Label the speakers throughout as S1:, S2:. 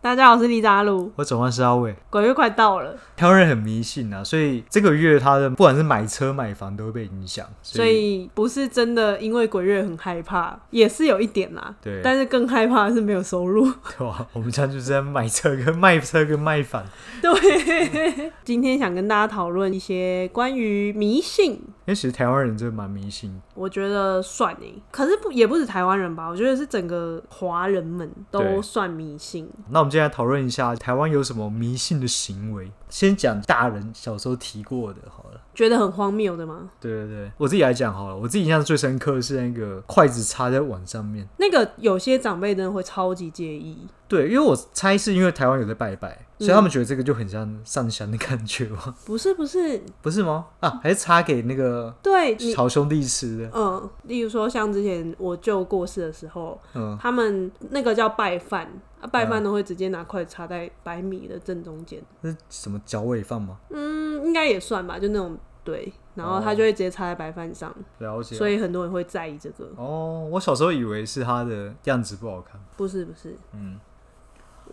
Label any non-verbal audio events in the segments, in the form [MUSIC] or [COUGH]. S1: 大家好，我是李扎鲁。
S2: 我转换是阿伟。
S1: 鬼月快到了，
S2: 台湾人很迷信啊，所以这个月他的不管是买车买房都会被影响，
S1: 所以不是真的因为鬼月很害怕，也是有一点啦。
S2: 对
S1: 但是更害怕的是没有收入。
S2: [LAUGHS]
S1: [LAUGHS]
S2: 对吧？我们家就是在买车跟卖车跟卖房。
S1: 对，今天想跟大家讨论一些关于迷信，
S2: 因为其实台湾人真的蛮迷信，
S1: 我觉得算诶，可是不也不止台湾人吧，我觉得是整个华人们都
S2: 对
S1: 算迷信。
S2: 那我们今天来讨论一下台湾有什么迷信的行为。先讲大人小时候提过的好了。
S1: 觉得很荒谬的吗？
S2: 对对对，我自己来讲好了。我自己印象最深刻的是那个筷子插在碗上面。
S1: 那个有些长辈真的会超级介意，
S2: 对，因为我猜是因为台湾有在拜拜，所
S1: 嗯
S2: 以他们觉得这个就很像上香的感觉吗？
S1: [LAUGHS] 不是不是，
S2: 不是吗？啊，还是插给那个
S1: 对你
S2: 好兄弟吃的。
S1: 嗯，例如说像之前我舅过世的时候，
S2: 嗯
S1: 他们那个叫拜饭，啊、拜饭都会直接拿筷子插在白米的正中间，
S2: 那是什么脚尾饭吗？
S1: 嗯，应该也算吧，就那种对，然后他
S2: 哦
S1: 就会直接插在白饭上，
S2: 了解。
S1: 所以很多人会在意这个，
S2: 哦，我小时候以为是他的样子不好看。
S1: 不是不是，
S2: 嗯，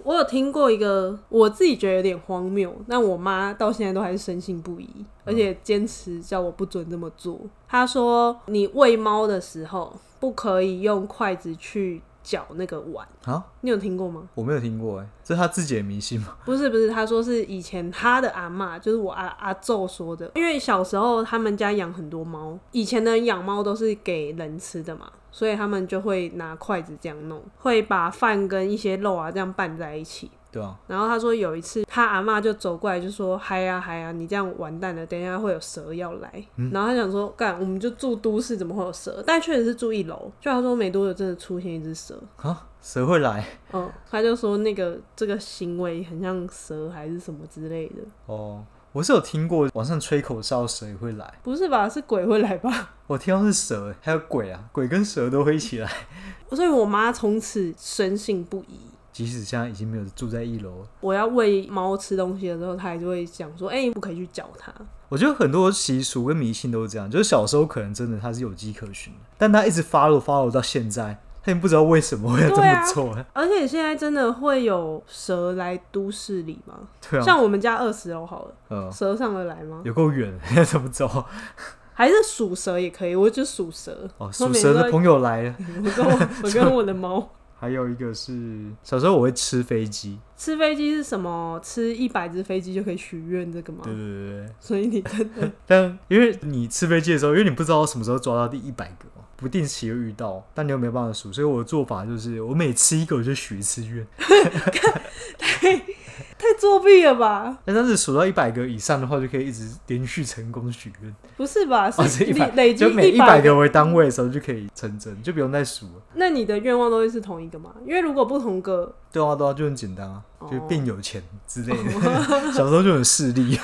S1: 我有听过一个，我自己觉得有点荒谬，但我妈到现在都还是深信不疑，而且坚持叫我不准这么做。她说，你喂猫的时候不可以用筷子去搅那个碗，
S2: 啊，
S1: 你有听过吗？
S2: 我没有听过哎，这是他自己的迷信吗？
S1: 不是不是，他说是以前他的阿嬷，就是我阿阿昼说的，因为小时候他们家养很多猫，以前的人养猫都是给人吃的嘛，所以他们就会拿筷子这样弄，会把饭跟一些肉啊这样拌在一起。
S2: [LAUGHS] 对啊，
S1: 然后他说有一次他阿嬷就走过来就说：“嗨呀、嗨呀、你这样完蛋了，等一下会有蛇要来。然后他想说：“干，我们就住都市，怎么会有蛇？”但确实是住一楼，就他说没多久真的出现一只蛇。
S2: 啊，蛇会来
S1: 嗯，他就说那个这个行为很像蛇还是什么之类的，
S2: 哦。我是有听过晚上吹口哨蛇也会来，
S1: 不是吧？是鬼会来吧？ [LAUGHS]
S2: 我听到是蛇欸，还有鬼啊，鬼跟蛇都会一起来。
S1: 所以我妈从此深信不疑。
S2: [LAUGHS] 即使现在已经没有住在一楼了，
S1: 我要喂猫吃东西的时候，她还是会讲说：“哎、你不可以去搅它。
S2: 我觉得很多习俗跟迷信都是这样，就是小时候可能真的它是有迹可循的，但它一直 follow follow 到现在，他也不知道为什么会这
S1: 对啊
S2: 么做。”
S1: 而且现在真的会有蛇来都市里吗？
S2: 对啊，
S1: 像我们家二十楼好了，
S2: 嗯，
S1: 蛇上得来吗？
S2: 有够远， [LAUGHS] 怎么走？
S1: 还是属蛇也可以，我就属蛇。 [LAUGHS]
S2: 哦，
S1: 我
S2: 属
S1: 每
S2: 蛇
S1: 次
S2: 的
S1: 都
S2: 朋友来了。
S1: 我跟我我跟我的猫
S2: 还有一个是小时候我会吃飞机，
S1: 吃飞机是什么？吃一百只飞机就可以许愿这个吗
S2: 对？对对对。
S1: 所以你真的
S2: 但因为你吃飞机的时候，因为你不知道什么时候抓到第一百个嘛，不定期会遇到，但你又没办法数，所以我的做法就是我每吃一个我就许一次愿，
S1: 太作弊了吧？
S2: 但但是数到一百个以上的话，就可以一直连续成功许
S1: [LAUGHS]
S2: 愿。
S1: 不是吧？
S2: 哦，是
S1: 是
S2: 一
S1: 你
S2: 百，
S1: 累积
S2: 就每
S1: 一
S2: 一百
S1: 个，
S2: 个为单位的时候就可以成真，就不用再数了。
S1: 那你的愿望都会是同一个吗？因为如果不同个，
S2: 对啊，对啊，就很简单啊，
S1: 哦
S2: 就变有钱之类的。 [LAUGHS] 小时候就很势利，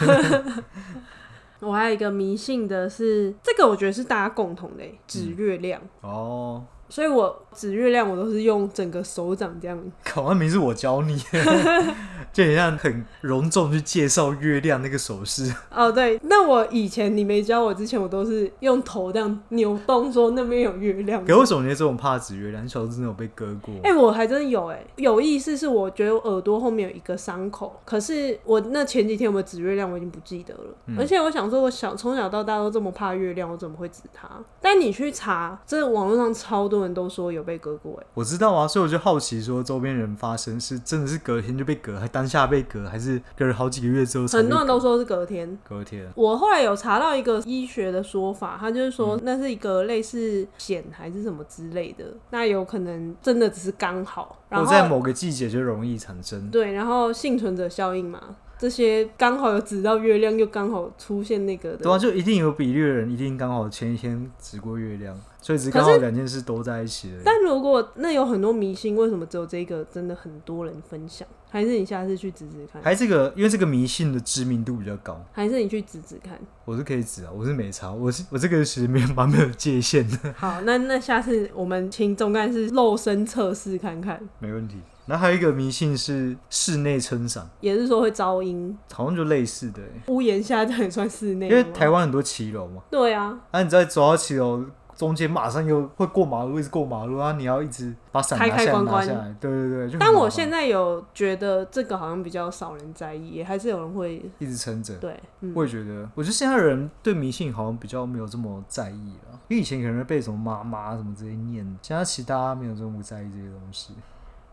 S2: [LAUGHS]
S1: 我还有一个迷信的是，这个我觉得是大家共同
S2: 嗯
S1: 的欸指月亮。
S2: 哦，
S1: 所以我指月亮，我都是用整个手掌这样。
S2: 考完名是我教你 [LAUGHS] 的，就很像很隆重去介绍月亮那个手势。
S1: 哦，对，那我以前你没教我之前，我都是用头这样扭动，说那边有月亮
S2: 可。是为什么你会这种怕指月亮？你小时候真的有被割过？
S1: 哎、我还真的有哎、有意思是我觉得我耳朵后面有一个伤口，可是我那前几天有没有指月亮，我已经不记得了。
S2: 嗯
S1: 而且我想说，我小从小到大都这么怕月亮，我怎么会指它？但你去查，这网络上超多人都说有被割过哎、
S2: 我知道啊，所以我就好奇说，周边人发生是真的是隔天就被割，还当下被割，还是隔了好几个月之后才被
S1: 很多
S2: 割？
S1: 人都说是隔天。
S2: 隔天
S1: 我后来有查到一个医学的说法，他就是说
S2: 嗯
S1: 那是一个类似癣还是什么之类的，那有可能真的只是刚好。然
S2: 我在
S1: 后
S2: 某个季节就容易产生。
S1: 对，然后幸存者效应嘛，这些刚好有指到月亮，又刚好出现那个的。
S2: 啊对啊，就一定有比率的人，一定刚好前一天指过月亮，所以只是
S1: 可
S2: 刚
S1: 是
S2: 好两件事都在一起而已。
S1: 但如果那有很多迷信，为什么只有这一个真的很多人分享？还是你下次去指指看？
S2: 还这个，因为这个迷信的知名度比较高，
S1: 还是你去指指看？
S2: 我是可以指啊，我是没差，我是我这个其实没有蛮没有界限的， [LAUGHS]
S1: 好，那那下次我们请总干事肉身测试看看，
S2: 没问题。然后还有一个迷信是室内撑伞，
S1: 也是说会招阴，
S2: 好像就类似的、欸，
S1: 屋檐下这也算室内
S2: 因
S1: 吗，
S2: 为台湾很多骑楼嘛，
S1: 对啊，
S2: 啊，你在走到骑楼中间，马上又会过马路，一直过马路，然后你要一直把伞拿
S1: 开
S2: 下来
S1: 开关关
S2: 拿下来，对对对。就很
S1: 但
S2: 麻
S1: 我
S2: 烦
S1: 现在有觉得这个好像比较少人在意，也还是有人会
S2: 一直撑着，
S1: 对，嗯，
S2: 我也觉得，我觉得现在人对迷信好像比较没有这么在意了，因为以前可能会被什么妈妈什么这些念，现在其实大家没有这么在意这些东西。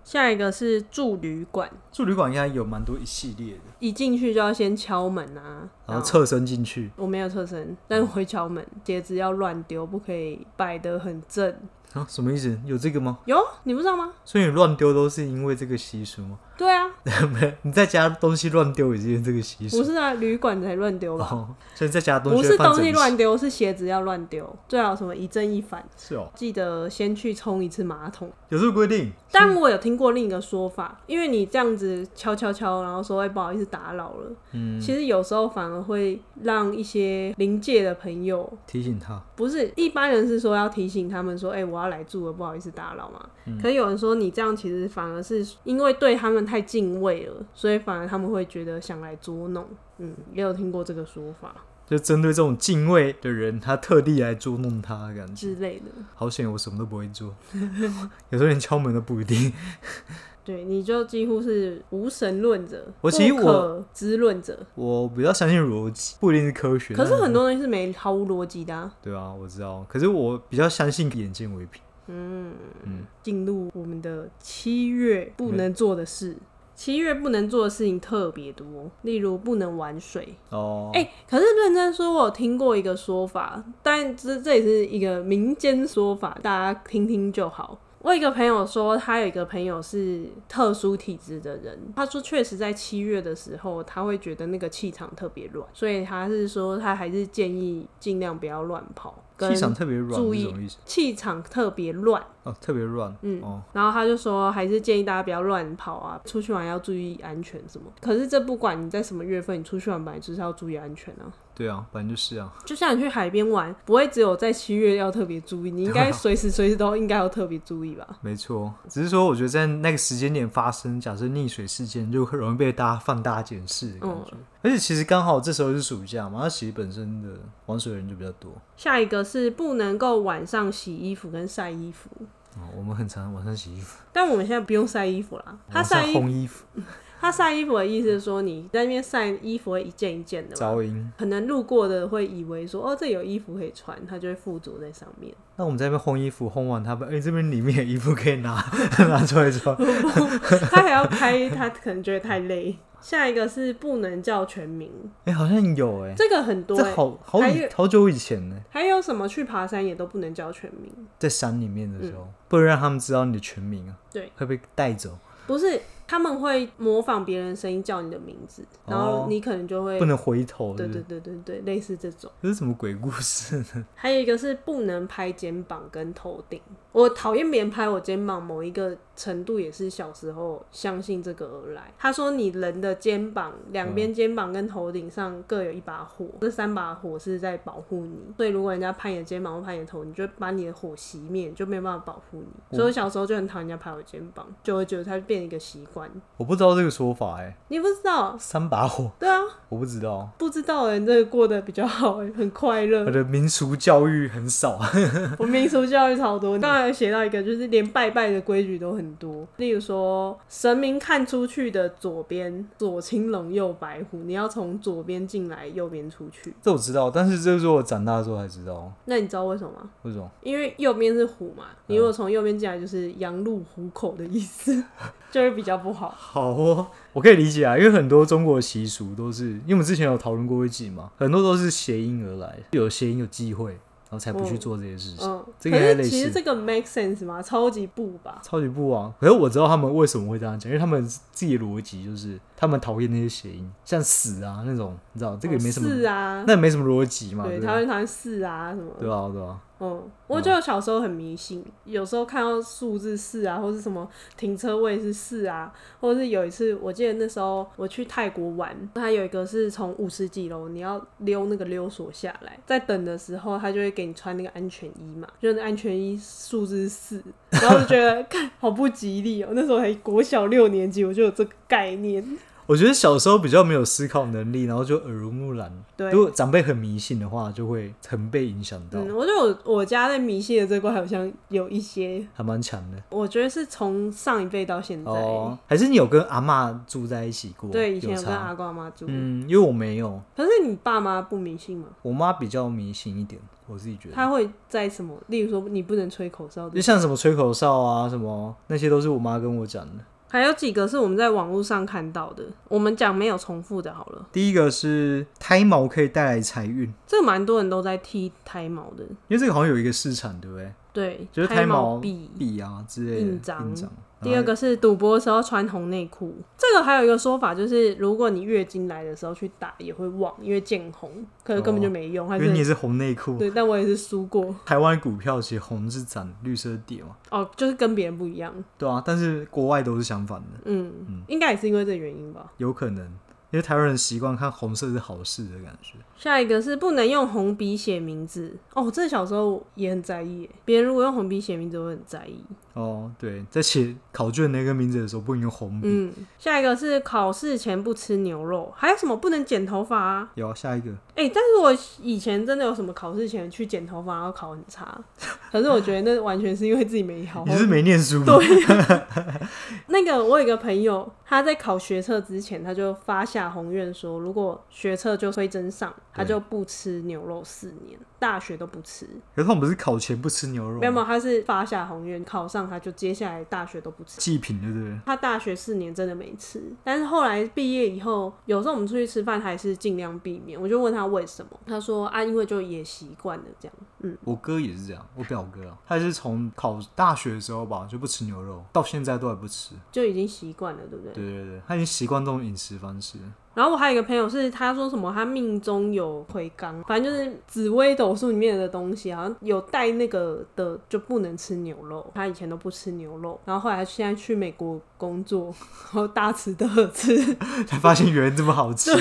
S1: 下一个是住旅馆，
S2: 住旅馆应该有蛮多一系列的，
S1: 一进去就要先敲门啊，
S2: 然后侧身进去，
S1: 我没有侧身，但我会敲门，鞋子要乱丢，不可以摆得很正。
S2: 啊，什么意思？有这个吗？
S1: 有你不知道吗？
S2: 所以你乱丢都是因为这个习俗吗？ [LAUGHS]
S1: 对啊，
S2: 没有，你在家东西乱丢也是因为这个习
S1: 不
S2: 俗。
S1: 是啊，旅馆才乱丢吧？
S2: 哦，所以在家东西
S1: 不是
S2: 会放
S1: 东西
S2: 整齐
S1: 乱丢，是鞋子要乱丢，最好什么一正一反，
S2: 是哦，
S1: 记得先去冲一次马桶。
S2: 有这个规定。
S1: 但我有听过另一个说法，因为你这样子敲敲敲，然后说哎不好意思打扰了，
S2: 嗯，
S1: 其实有时候反而会让一些临界的朋友，
S2: 提醒他，
S1: 不是一般人是说要提醒他们说，哎、我要来住了，不好意思打扰嘛。
S2: 嗯
S1: 可是有人说你这样其实反而是因为对他们太敬畏了，所以反而他们会觉得想来捉弄。嗯，也有听过这个说法
S2: 就针对这种敬畏的人，他特地来捉弄他的感觉。
S1: 之类的。
S2: 好险，我什么都不会做， [LAUGHS] 有时候连敲门都不一定。
S1: 对，你就几乎是无神论者，
S2: 我其实
S1: 不可知论者。
S2: 我比较相信逻辑，不一定是科学。
S1: 可是
S2: 但
S1: 很多东西是没毫无逻辑的、啊。
S2: 对啊，我知道。可是我比较相信眼见为凭。
S1: 进入我们的七月不能做的事。
S2: 嗯
S1: 七月不能做的事情特别多，例如不能玩水。
S2: 哦，
S1: 哎、可是认真说，我有听过一个说法，但这这也是一个民间说法，大家听听就好。我有一个朋友说，他有一个朋友是特殊体质的人，他说确实在七月的时候，他会觉得那个气场特别乱，所以他是说他还是建议尽量不要乱跑，跟
S2: 气场特别软
S1: 注
S2: 是
S1: 意
S2: 什么意思？
S1: 气场特别乱。
S2: 哦，特别软。
S1: 嗯
S2: 哦，
S1: 然后他就说，还是建议大家不要乱跑啊，出去玩要注意安全什么。可是这不管你在什么月份，你出去玩本来就是要注意安全啊。
S2: 对啊，反正就是啊。
S1: 就像你去海边玩，不会只有在七月要特别注意，你应
S2: 啊
S1: 该随时随地都应该要特别注意吧？
S2: 没错，只是说我觉得在那个时间点发生，假设溺水事件就很容易被大家放大检视的感觉。
S1: 嗯
S2: 而且其实刚好这时候是暑假嘛，那其实本身的玩水的人就比较多。
S1: 下一个是不能够晚上洗衣服跟晒衣服，
S2: 哦，我们很常晚上洗衣服，
S1: 但我们现在不用晒衣服啦。他
S2: 晚上
S1: 晒衣
S2: 烘衣服，
S1: 他晒衣服的意思是说，你在那边晒衣服会一件一件的嘛，
S2: 噪音。
S1: 可能路过的会以为说，哦，这有衣服可以穿，他就会附着在上面。 [LAUGHS]
S2: 那我们在那边烘衣服，烘完它，哎、这边里面有衣服可以拿 [LAUGHS] 拿出来穿。
S1: 他还要开，他可能觉得太累。下一个是不能叫全名，
S2: 哎、好像有哎、
S1: 这个很多、
S2: 这
S1: 欸。
S2: 好好
S1: 还
S2: 以
S1: 有
S2: 好久以前呢、
S1: 还有什么去爬山也都不能叫全名？
S2: 在山里面的时候，不能让他们知道你的全名啊，
S1: 嗯对，
S2: 会被带走，
S1: 不是他们会模仿别人的声音叫你的名字，然后你可能就会
S2: 不，能回头是
S1: 对
S2: 哦不
S1: 对
S2: 是。
S1: 对对对，类似这种。
S2: 这是什么鬼故事呢？
S1: 还有一个是不能拍肩膀跟头顶，我讨厌别人拍我肩膀，某一个程度也是小时候相信这个而来。他说你人的肩膀两
S2: 嗯
S1: 边肩膀跟头顶上各有一把火，这三把火是在保护你，所以如果人家拍你的肩膀或拍你的头，你就把你的火熄灭，你就没有办法保护你。所以我小时候就很讨厌人家拍我肩膀，就会觉得它变成一个习惯。
S2: 我不知道这个说法哎、
S1: 你不知道？
S2: 三把火，
S1: 对啊，
S2: 我不知道，
S1: 不知道人这个过得比较好，欸很快
S2: [LAUGHS]
S1: 乐
S2: 我。的民俗教育很少 [LAUGHS] 啊。
S1: 我民俗教育超多，刚才有写到一个，就是连拜拜的规矩都很多。例如说，神明看出去的左边，左青龙，右白虎，你要从左边进来，右边出去。
S2: 这我知道，但是这是我长大之后才知道，
S1: 那你知道为什么吗？
S2: 为什么？
S1: 因为右边是虎嘛，
S2: 嗯
S1: 你如果从右边进来，就是羊入虎口的意思， [LAUGHS] 就会比较不好。
S2: 好哦，我可以理解啊，因为很多中国的习俗都是，因为我们之前有讨论过一集嘛，很多都是谐音而来，有谐音有忌讳，然后才不去做 [LAUGHS] 这些事情，
S1: 嗯，
S2: 这
S1: 可
S2: 个应该
S1: 是
S2: 类
S1: 其实
S2: 似。
S1: 这个 make sense 吗？超级不吧。
S2: 超级不啊！可是我知道他们为什么会这样讲，因为他们自己的逻辑就是他们讨厌那些谐音，像死啊那种，你知道这个也没什么，
S1: 是啊，
S2: 那也没什么逻辑嘛，
S1: 对，
S2: 对
S1: 他
S2: 吧
S1: 会谈是啊什么。
S2: 对啊，对啊，
S1: 嗯，我就小时候很迷信，有时候看到数字四啊，或是什么停车位是四啊，或者是有一次我记得那时候我去泰国玩，它有一个是从五十几楼你要溜那个溜索下来，在等的时候他就会给你穿那个安全衣嘛，就是那安全衣数字是四，然后就觉得 [LAUGHS] 看好不吉利哦、那时候还国小六年级我就有这个概念，
S2: 我觉得小时候比较没有思考能力，然后就耳濡目染。
S1: 对
S2: 如果长辈很迷信的话，就会很被影响到，
S1: 嗯，我觉得我我家在迷信的这块好像有一些，
S2: 还蛮强的。
S1: 我觉得是从上一辈到现在。
S2: 哦，还是你有跟阿嬷住在一起过？
S1: 对，以前
S2: 有
S1: 有跟阿
S2: 差。
S1: 公阿妈住，
S2: 嗯，因为我没有，
S1: 可是你爸妈不迷信吗？
S2: 我妈比较迷信一点，我自己觉得。
S1: 他会在什么？例如说你不能吹口哨
S2: 就
S1: 的，
S2: 像什么吹口哨啊，什么那些都是我妈跟我讲的。
S1: 还有几个是我们在网络上看到的，我们讲没有重复的，好了，
S2: 第一个是胎毛可以带来财运，
S1: 这个蛮多人都在剃胎毛的，
S2: 因为这个好像有一个市场，对不对？
S1: 对，
S2: 就是
S1: 胎
S2: 毛
S1: 币。
S2: 币啊之类的
S1: 印章
S2: 然
S1: 第
S2: 后
S1: 二个是赌博的时候穿红内裤，这个还有一个说法就是，如果你月经来的时候去打也会忘，因为见红，可是根本就没用，还
S2: 哦因为你
S1: 是
S2: 也是红内裤，
S1: 对，但我也是输过
S2: 台湾股票其实红是涨绿色跌嘛，
S1: 哦，就是跟别人不一样，
S2: 对啊，但是国外都是相反的，
S1: 嗯，应该也是因为这个原因吧。
S2: 有可能因为台湾人习惯看红色是好事的感觉，
S1: 下一个是不能用红笔写名字哦，这小时候也很在意耶，别人如果用红笔写名字，我会很在意。
S2: 哦，对，在写考卷那个名字的时候不能用红笔，
S1: 嗯，下一个是考试前不吃牛肉，还有什么不能剪头发啊？
S2: 有啊，下一个
S1: 哎、但是我以前真的有什么考试前去剪头发，然后考很差， [LAUGHS] 可是我觉得那完全是因为自己没好好
S2: [LAUGHS] 你是没念书吗？
S1: 那个我有一个朋友，他在考学测之前，他就发下宏愿说，如果学测就推真上，他就不吃牛肉四年，大学都不吃。
S2: 可是他们不是考前不吃牛肉
S1: 没有，没
S2: 吗，
S1: 有他是发下宏愿，考上他就接下来大学都不吃。
S2: 祭品对不对？
S1: 他大学四年真的没吃，但是后来毕业以后，有时候我们出去吃饭还是尽量避免。我就问他为什么，他说啊，因为就也习惯了这样。
S2: 我哥也是这样，我表哥啊，他也是从考大学的时候吧就不吃牛肉，到现在都还不吃。
S1: 就已经习惯了，对不对？
S2: 对对对，他已经习惯这种饮食方式了。
S1: 然后我还有一个朋友是，他说什么他命中有回缸，反正就是紫微斗数里面的东西，好像有带那个的就不能吃牛肉。他以前都不吃牛肉，然后后来他现在去美国工作，然后大吃特吃。
S2: 才发现原来这么好
S1: [LAUGHS]
S2: 吃。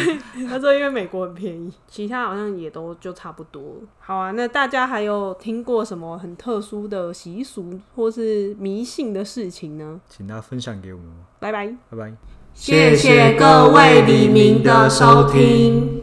S1: 他说因为美国很便宜，其他好像也都就差不多。好啊，那大家还有听过什么很特殊的习俗或是迷信的事情呢？
S2: 请大家分享给我们，
S1: 拜拜。
S2: 拜拜。
S1: 谢谢各位黎明的收听。